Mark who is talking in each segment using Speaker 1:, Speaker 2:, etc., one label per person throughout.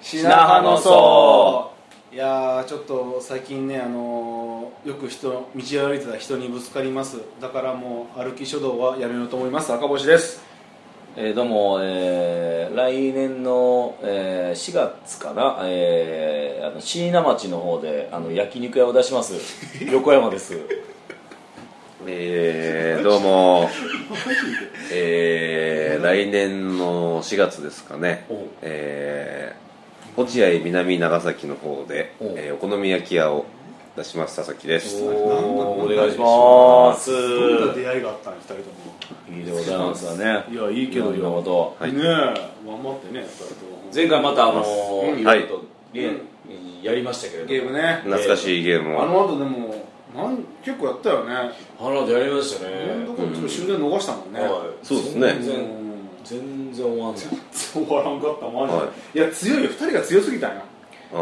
Speaker 1: 白羽の
Speaker 2: 層
Speaker 1: いやーちょっと最近ね、あのーよく人道を歩いてた人にぶつかりますだからもう歩き書道はやめようと思います赤星です
Speaker 2: えーどうも、えー来年の、えー4月かな、えーあの椎名町の方であの焼肉屋を出します 横山です
Speaker 3: えー、どうも、えー、来年の4月ですかね
Speaker 2: おう、
Speaker 3: えー、落合南長崎の方で
Speaker 2: おう
Speaker 3: えーお好み焼き屋を出します佐々木です
Speaker 2: お願いします
Speaker 1: 出会いがあったん2人と
Speaker 2: いいでございますわね
Speaker 1: いやいいけどよ
Speaker 2: いろんなこと
Speaker 3: はい
Speaker 1: ねえ頑張ってね
Speaker 2: 前回またあのー
Speaker 1: うん
Speaker 2: いろいろと、
Speaker 1: い
Speaker 2: ねやりましたけれども
Speaker 1: ゲームね
Speaker 3: 懐かしいゲー
Speaker 1: あ
Speaker 3: ムを
Speaker 1: の後でもなん結構やったよね、
Speaker 2: あの後やりましたね
Speaker 1: なんだかんだちょっと終電逃したもんね、
Speaker 2: はい
Speaker 3: そうですね
Speaker 2: 全然全然終わんない
Speaker 1: 終わらんかったマジで、、
Speaker 3: はい
Speaker 1: や強いよ2人が強すぎたんや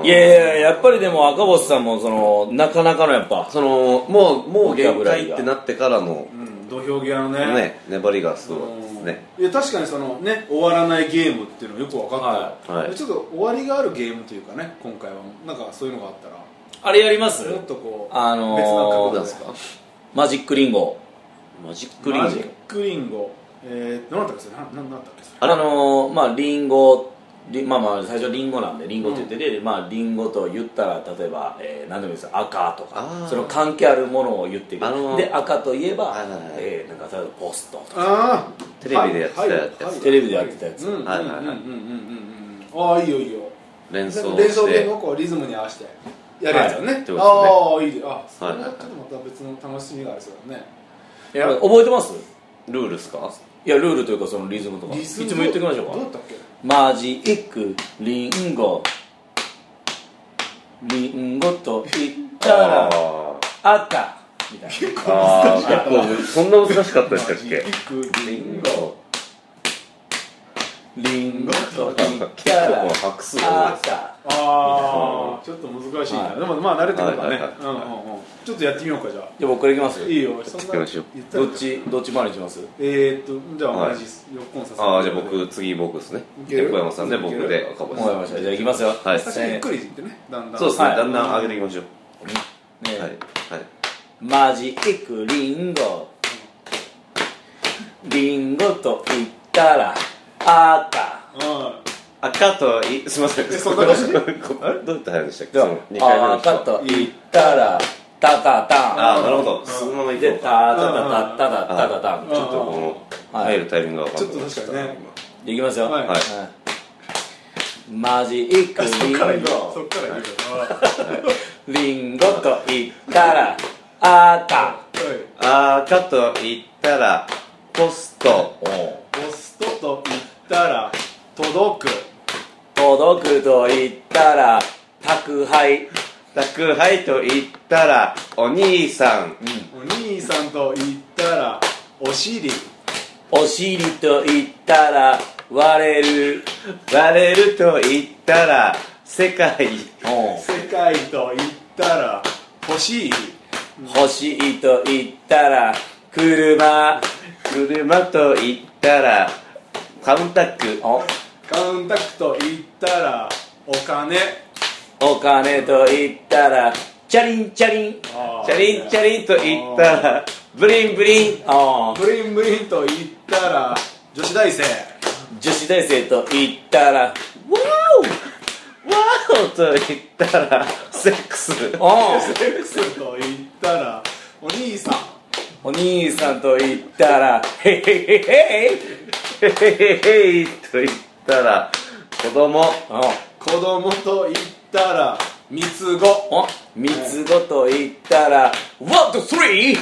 Speaker 3: うん
Speaker 2: いやいややっぱりでも赤星さんもそのなかなかのやっぱ
Speaker 3: そのもうもう
Speaker 2: ボキャ
Speaker 3: 限
Speaker 2: ブラリー
Speaker 3: 界
Speaker 2: が
Speaker 3: ってなってからの
Speaker 1: うん土俵際のね
Speaker 3: ね粘りがすごいですね
Speaker 1: うんいや確かにそのね終わらないゲームっていうのがよく分かった、
Speaker 3: はいはい
Speaker 1: でちょっと終わりがあるゲームというかね今回はなんかそういうのがあったら
Speaker 2: あれやります
Speaker 1: もっとこう
Speaker 2: あのー
Speaker 1: 別
Speaker 3: どう
Speaker 1: な
Speaker 3: なん
Speaker 1: 角度
Speaker 3: ですか
Speaker 2: マジックリンゴ
Speaker 3: マジッ
Speaker 1: マジックリンゴえー、どうなったっけそれななんなんだったっけそれ
Speaker 2: あのーまあリンゴりまあまあ最初リンゴなんでリンゴって言ってて、まあリンゴと言ったら例えば、えー何でもいいです赤と
Speaker 3: あ
Speaker 2: か
Speaker 3: ー
Speaker 2: その関係あるものを言っていく、
Speaker 3: あのー
Speaker 2: で赤といえば、
Speaker 3: はいはいはい
Speaker 2: えーなんか例えばポストとか
Speaker 1: ああ
Speaker 3: テレビでやってたやつ
Speaker 2: テレビでやってたやつ
Speaker 1: うんうんうんうん
Speaker 3: はい
Speaker 1: うん
Speaker 3: は
Speaker 1: う
Speaker 3: い
Speaker 1: ん
Speaker 3: はい
Speaker 1: うんうんああいいよいいよ
Speaker 3: 連想
Speaker 1: 連想
Speaker 3: し
Speaker 1: ゲー
Speaker 3: て
Speaker 1: ムをこうリズムに合わせてやるやつよね、
Speaker 3: はいそうですね
Speaker 1: ああいいであそれ
Speaker 3: はい
Speaker 1: は
Speaker 3: はい
Speaker 1: ちょっ
Speaker 3: はい
Speaker 1: とまた別の楽しみがありそうだね
Speaker 2: いや覚えてます
Speaker 3: ルールですか
Speaker 2: いやルールというかそのリズムとかいつも言っていきましょうか
Speaker 1: どうだったっけ
Speaker 2: マジックリンゴリンゴと言ったら
Speaker 3: あ
Speaker 2: 赤みたい
Speaker 1: 結構
Speaker 3: あ
Speaker 1: 難しい
Speaker 3: ー結構そんな難しかったでしたっけ
Speaker 1: リ
Speaker 3: リ
Speaker 1: ン
Speaker 3: ン
Speaker 1: ゴ
Speaker 3: ゴ
Speaker 2: なリンゴと言
Speaker 3: 結
Speaker 2: ったら
Speaker 3: 構拍数多いです
Speaker 2: 赤
Speaker 1: ああちょっと難しい
Speaker 2: は
Speaker 1: ないでもまあ慣れてるからね
Speaker 3: はいはいはい
Speaker 1: うんうんうんちょっとやってみようかじゃ
Speaker 2: じゃあ僕からいきます
Speaker 1: あいいよそんな
Speaker 3: やってみましょう
Speaker 1: 言ったら
Speaker 2: どっちどっち回りにします
Speaker 1: えーっとじゃあ
Speaker 3: は
Speaker 1: 同
Speaker 3: い
Speaker 1: じ横さん
Speaker 3: ああじゃあ僕次僕ですね
Speaker 1: いける
Speaker 3: 横山さんで僕
Speaker 1: いけ
Speaker 3: で
Speaker 1: る
Speaker 3: 赤星
Speaker 2: わかりましたじゃあいきますよ
Speaker 3: は
Speaker 1: 最
Speaker 3: い
Speaker 1: 初ゆっくり言ってねだんだん
Speaker 3: そうですね、
Speaker 2: はい
Speaker 3: だんだん上げていきましょう
Speaker 2: ね
Speaker 3: はいはい
Speaker 2: マジックリンゴリンゴと言ったら赤
Speaker 1: うん
Speaker 3: 赤といすいません
Speaker 1: えそんな感じ
Speaker 3: こあれ どういった話でしたっけ
Speaker 2: では
Speaker 3: その二回目の人
Speaker 2: 赤と言ったらタタタン
Speaker 3: ああなるほ
Speaker 1: うん
Speaker 3: どそのままいこ
Speaker 2: で
Speaker 3: う
Speaker 2: タ
Speaker 3: か
Speaker 2: タタタタタタタン
Speaker 1: うん
Speaker 3: ちょっとこの
Speaker 2: はい
Speaker 3: 入るタイミングが分か
Speaker 1: ち
Speaker 3: ん
Speaker 1: ょっ
Speaker 3: な
Speaker 1: と
Speaker 3: い
Speaker 1: 確かにね
Speaker 2: いきますよ、
Speaker 1: はい
Speaker 3: はい
Speaker 2: マジック
Speaker 1: そ
Speaker 2: リ
Speaker 1: っからい
Speaker 2: ン
Speaker 1: くよ そ
Speaker 2: ゴ
Speaker 1: っからいくよ
Speaker 2: リンゴと言ったら赤
Speaker 3: 赤と言ったらポスト
Speaker 1: ポストと言ったら届く
Speaker 2: 届くと言ったら宅配
Speaker 3: 宅配と言ったらお兄さん
Speaker 1: お兄さんと言ったらお尻
Speaker 2: お尻と言ったら割れる
Speaker 3: 割れると言ったら世界
Speaker 1: 世界と言ったら欲しい
Speaker 2: 欲しいと言ったら車
Speaker 3: 車と言ったらカウンタック
Speaker 2: お
Speaker 1: カウンタクト言ったらお金
Speaker 2: お金と言ったらチャリンチャリン
Speaker 3: チャリンチャ
Speaker 1: リ
Speaker 3: リンと言ったらブリンブリン
Speaker 2: お
Speaker 1: ブリンブリンと言ったら女子大生
Speaker 2: 女子大生と言ったら
Speaker 3: ワオワオと言ったらセックス
Speaker 2: お
Speaker 1: セックスと言ったらお兄さん
Speaker 2: お兄さんと言ったら、へへへへい
Speaker 3: へへへいと言ったら子供
Speaker 2: お、
Speaker 1: 子供と言ったら三つ子
Speaker 2: お、三つ子と言ったら、ワンとスリー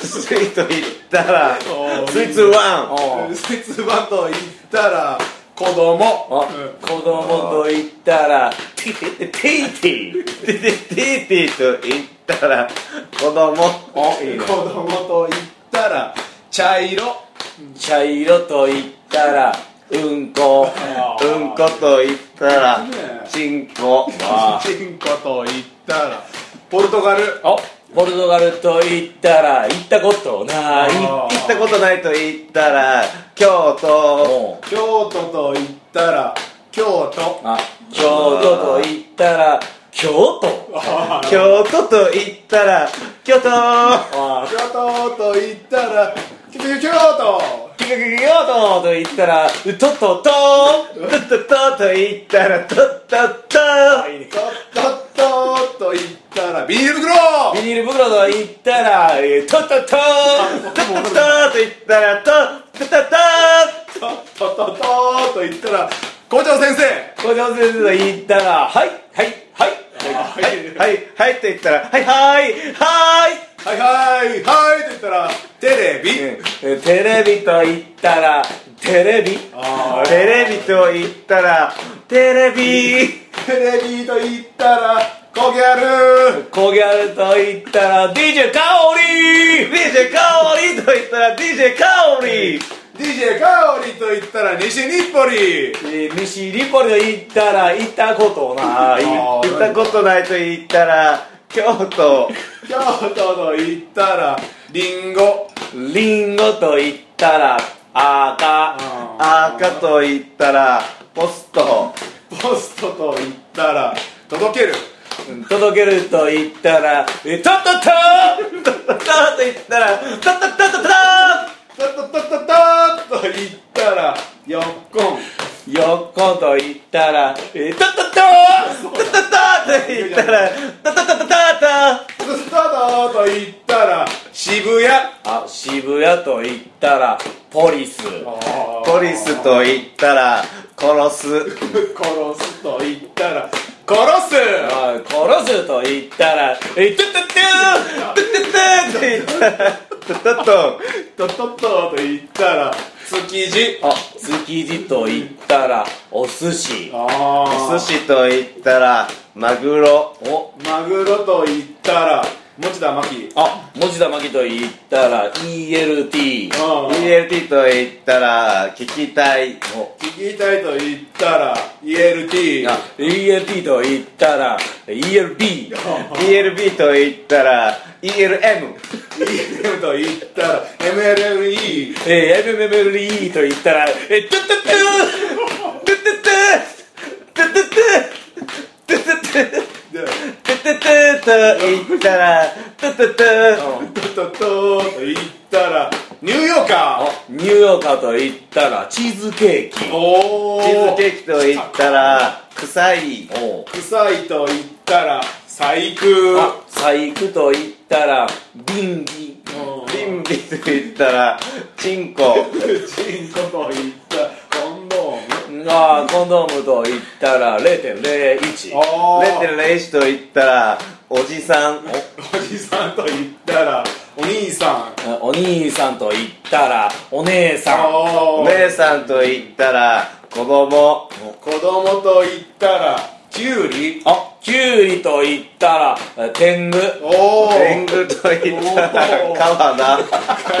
Speaker 3: スイと言ったら
Speaker 1: おー
Speaker 3: スイーツワ
Speaker 2: お、
Speaker 1: 節馬と言ったら子供
Speaker 2: お、子供と言ったら、ティティティティ
Speaker 3: ンテテティティと言ったら子供
Speaker 2: お、いい
Speaker 1: 子
Speaker 2: ね
Speaker 1: 供と言ったら茶色
Speaker 2: 茶色と言ったら、うんこ。
Speaker 3: うんこと言ったらチンコ
Speaker 2: あ
Speaker 1: チンコと言ったらポルトガル
Speaker 2: お、ポルトガルと言ったら、行ったことない。
Speaker 1: あ
Speaker 3: 行ったことないと言ったら京都
Speaker 2: お、
Speaker 1: 京都と言ったら京都
Speaker 2: あ京都と言ったら京都
Speaker 3: 京都と言ったら京都
Speaker 2: あ
Speaker 1: 京都と言ったら京都京都
Speaker 2: 京都と言ったらうとっとっと
Speaker 3: とととと言ったらととと
Speaker 1: 京都と言ったらビニール袋
Speaker 2: ビニール袋と言ったらえーとっとっと
Speaker 3: とととと言ったらとととと
Speaker 1: トトトーと言ったら校長先生
Speaker 2: 校長先生と言ったらはいはいはい
Speaker 1: はい
Speaker 3: はいはいと言ったらはいはいはい
Speaker 1: はいはいはいと言ったらテレビ
Speaker 2: えーテレビと言ったらテレビ
Speaker 1: あー
Speaker 3: テレビと言ったらテレビ
Speaker 1: テレビと言ったらコギャル
Speaker 2: コギャルと言ったら DJ 香り
Speaker 3: DJ カオリと言ったら DJ カオリ
Speaker 1: DJ カオリと言ったら西日暮里
Speaker 2: えー西リポリと言ったら行ったことない
Speaker 1: あー
Speaker 3: 行ったことないと言ったら京都
Speaker 1: 京都と言ったらリンゴ
Speaker 2: リンゴと言ったら赤
Speaker 3: 赤と言ったらポスト
Speaker 1: ポストと言ったら届ける
Speaker 2: 届けると言ったらえトットット
Speaker 3: トトトと言ったらトトトトト
Speaker 1: トトトトトーと言ったらよっこん
Speaker 2: よっこと言ったらえトットッ
Speaker 3: トトトと言ったらトトトトト
Speaker 1: トトトトと言ったら渋谷
Speaker 2: トあ渋谷と言ったらポリス
Speaker 3: トポリスと言ったら殺
Speaker 1: 殺
Speaker 3: す
Speaker 1: すと言ったら殺す
Speaker 2: あ殺すと言ったらえトットッ
Speaker 3: トトトと言ったらトトト
Speaker 1: トトトと言ったら築地
Speaker 2: トあ築地と言ったらお寿司
Speaker 1: あ
Speaker 3: 寿司と言ったらマグロ
Speaker 2: お
Speaker 1: マグロと言ったら持田真希
Speaker 2: あ持田真希と言ったら ELT
Speaker 1: あ
Speaker 3: ELT と言ったら聞きたい
Speaker 2: お
Speaker 1: 聞きたいと言ったら
Speaker 2: い
Speaker 1: ELT
Speaker 2: や ELT と言ったら ELB
Speaker 3: ELB と言ったら ELM
Speaker 1: ELM と言ったら MLME
Speaker 2: えー、MMLE と言ったらえー、トゥットゥットゥートゥットゥットゥートゥットゥッ
Speaker 3: トゥトゥトゥ
Speaker 1: で
Speaker 3: トゥトゥトゥと言ったらトゥトゥトゥ
Speaker 1: トトトと言ったらニューヨーカ
Speaker 2: トゥーニューヨーカーと言ったらチーズケーキ
Speaker 1: ーおお
Speaker 3: チーズケーキと言ったら臭い
Speaker 2: おう
Speaker 1: 臭いと言ったら細工
Speaker 2: あ細工と言ったら倫理
Speaker 3: ビンビと言ったらチンコ
Speaker 1: チンコと言ったコンドーム
Speaker 2: あーコンドームと言ったら0.01
Speaker 1: お
Speaker 3: 0.01と言ったらおじさん
Speaker 1: おじさんと言ったらお兄さん
Speaker 2: お兄さんと言ったらお姉さん
Speaker 1: お
Speaker 3: お
Speaker 1: ー
Speaker 3: 姉さんと言ったら子供
Speaker 1: 子供と言ったらキュウリ
Speaker 2: あキュウリと言ったらえ天狗
Speaker 1: おお
Speaker 3: 天狗と言ったら川田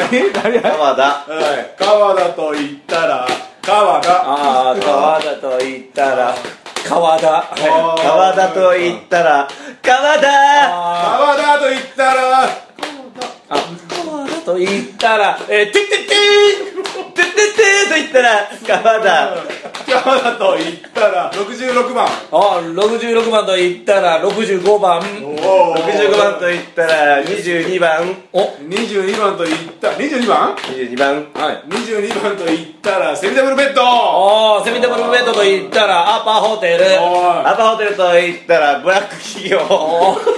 Speaker 1: はい
Speaker 3: 川田
Speaker 1: 川田と言ったら川田
Speaker 2: ああ川田と言ったら川田
Speaker 1: おー
Speaker 3: 川田と言ったら川田
Speaker 2: あ
Speaker 1: 川田と言ったら
Speaker 2: ーあ川田と言ったらえー、てってって
Speaker 3: トゥトゥトゥと言ったら川田
Speaker 1: 川田と言ったら66番
Speaker 2: あ66番と言ったら65番
Speaker 1: おお
Speaker 3: 65番と言ったら22番
Speaker 2: お
Speaker 1: 22番と言った22番
Speaker 3: 22番
Speaker 2: はい
Speaker 1: 22番と言ったらセミダブルベッド
Speaker 2: おーセミダブルベッドと言ったらアパホテル
Speaker 1: おい
Speaker 3: アパホテルと言ったらブラック企業
Speaker 2: おー
Speaker 1: 言っ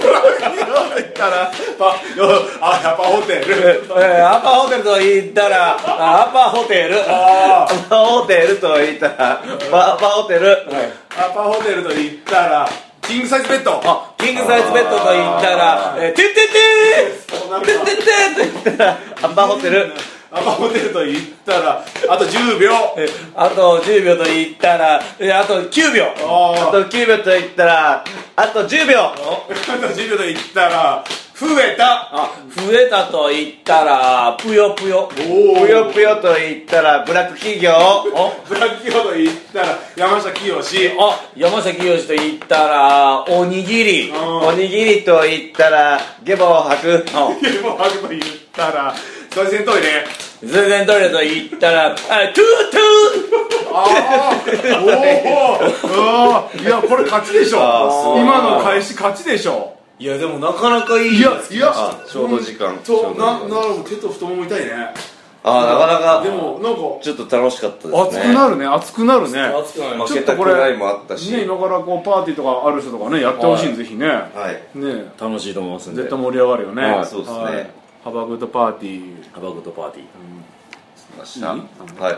Speaker 1: たらパよあやっぱホテル
Speaker 2: えーアパホテルと言ったらあアパホテル
Speaker 1: あ
Speaker 3: アパホテルと言ったらパパホテル
Speaker 1: ーアパホテルと言ったらキングサイズベッド
Speaker 2: あキングサイズベッドと言ったらえーてってって
Speaker 1: そうなる
Speaker 2: てってってと言ったら
Speaker 3: アパホテル
Speaker 1: アパホテルと言ったらあと10秒
Speaker 2: えあと10秒と言ったらえあと9秒
Speaker 3: あ
Speaker 1: あー
Speaker 3: と9秒と言ったらあと10秒
Speaker 1: あと10秒と言ったら増えた
Speaker 2: あ増えたと言ったらぷよぷよ
Speaker 1: おお
Speaker 3: ぷよぷよと言ったらブラック企業
Speaker 2: お
Speaker 1: ブラック企業と言ったら山下清
Speaker 2: あ山崎清と言ったらおにぎり
Speaker 1: うん
Speaker 3: おにぎりと言ったらゲボを吐く
Speaker 2: あ
Speaker 1: ゲームワークと言ったら、最先トイレ。
Speaker 2: すぐにトイレと行ったらあトゥートゥー
Speaker 1: ああおおいやこれ勝ちでしょ
Speaker 3: あーすごい
Speaker 1: 今の開始勝ちでしょ
Speaker 2: いやでもなかなかいい
Speaker 1: いやいや
Speaker 3: あちょうど時間ち
Speaker 1: と
Speaker 3: ょうど時
Speaker 1: なな
Speaker 3: 間
Speaker 1: るほど手と太もも痛いね
Speaker 3: あーなかなか
Speaker 1: でもなん
Speaker 3: ちょっと楽しかったです
Speaker 1: か
Speaker 3: ね
Speaker 1: 熱くなるね熱くなるね
Speaker 2: 熱くなりま
Speaker 3: 負
Speaker 2: す
Speaker 3: けたくらいもあったし、
Speaker 1: ね今からこうパーティーとかある人とかねやってほしい
Speaker 2: は
Speaker 1: ん
Speaker 2: い
Speaker 1: ぜひね
Speaker 3: はい
Speaker 1: ね
Speaker 2: 楽しいと思いますんで
Speaker 1: 絶対盛り上がるよね
Speaker 2: はい
Speaker 3: そうですね
Speaker 1: はいハバグッドパーティー
Speaker 2: ハバグッドパーティー
Speaker 3: ました、
Speaker 1: いい
Speaker 3: は
Speaker 1: は
Speaker 3: い
Speaker 1: い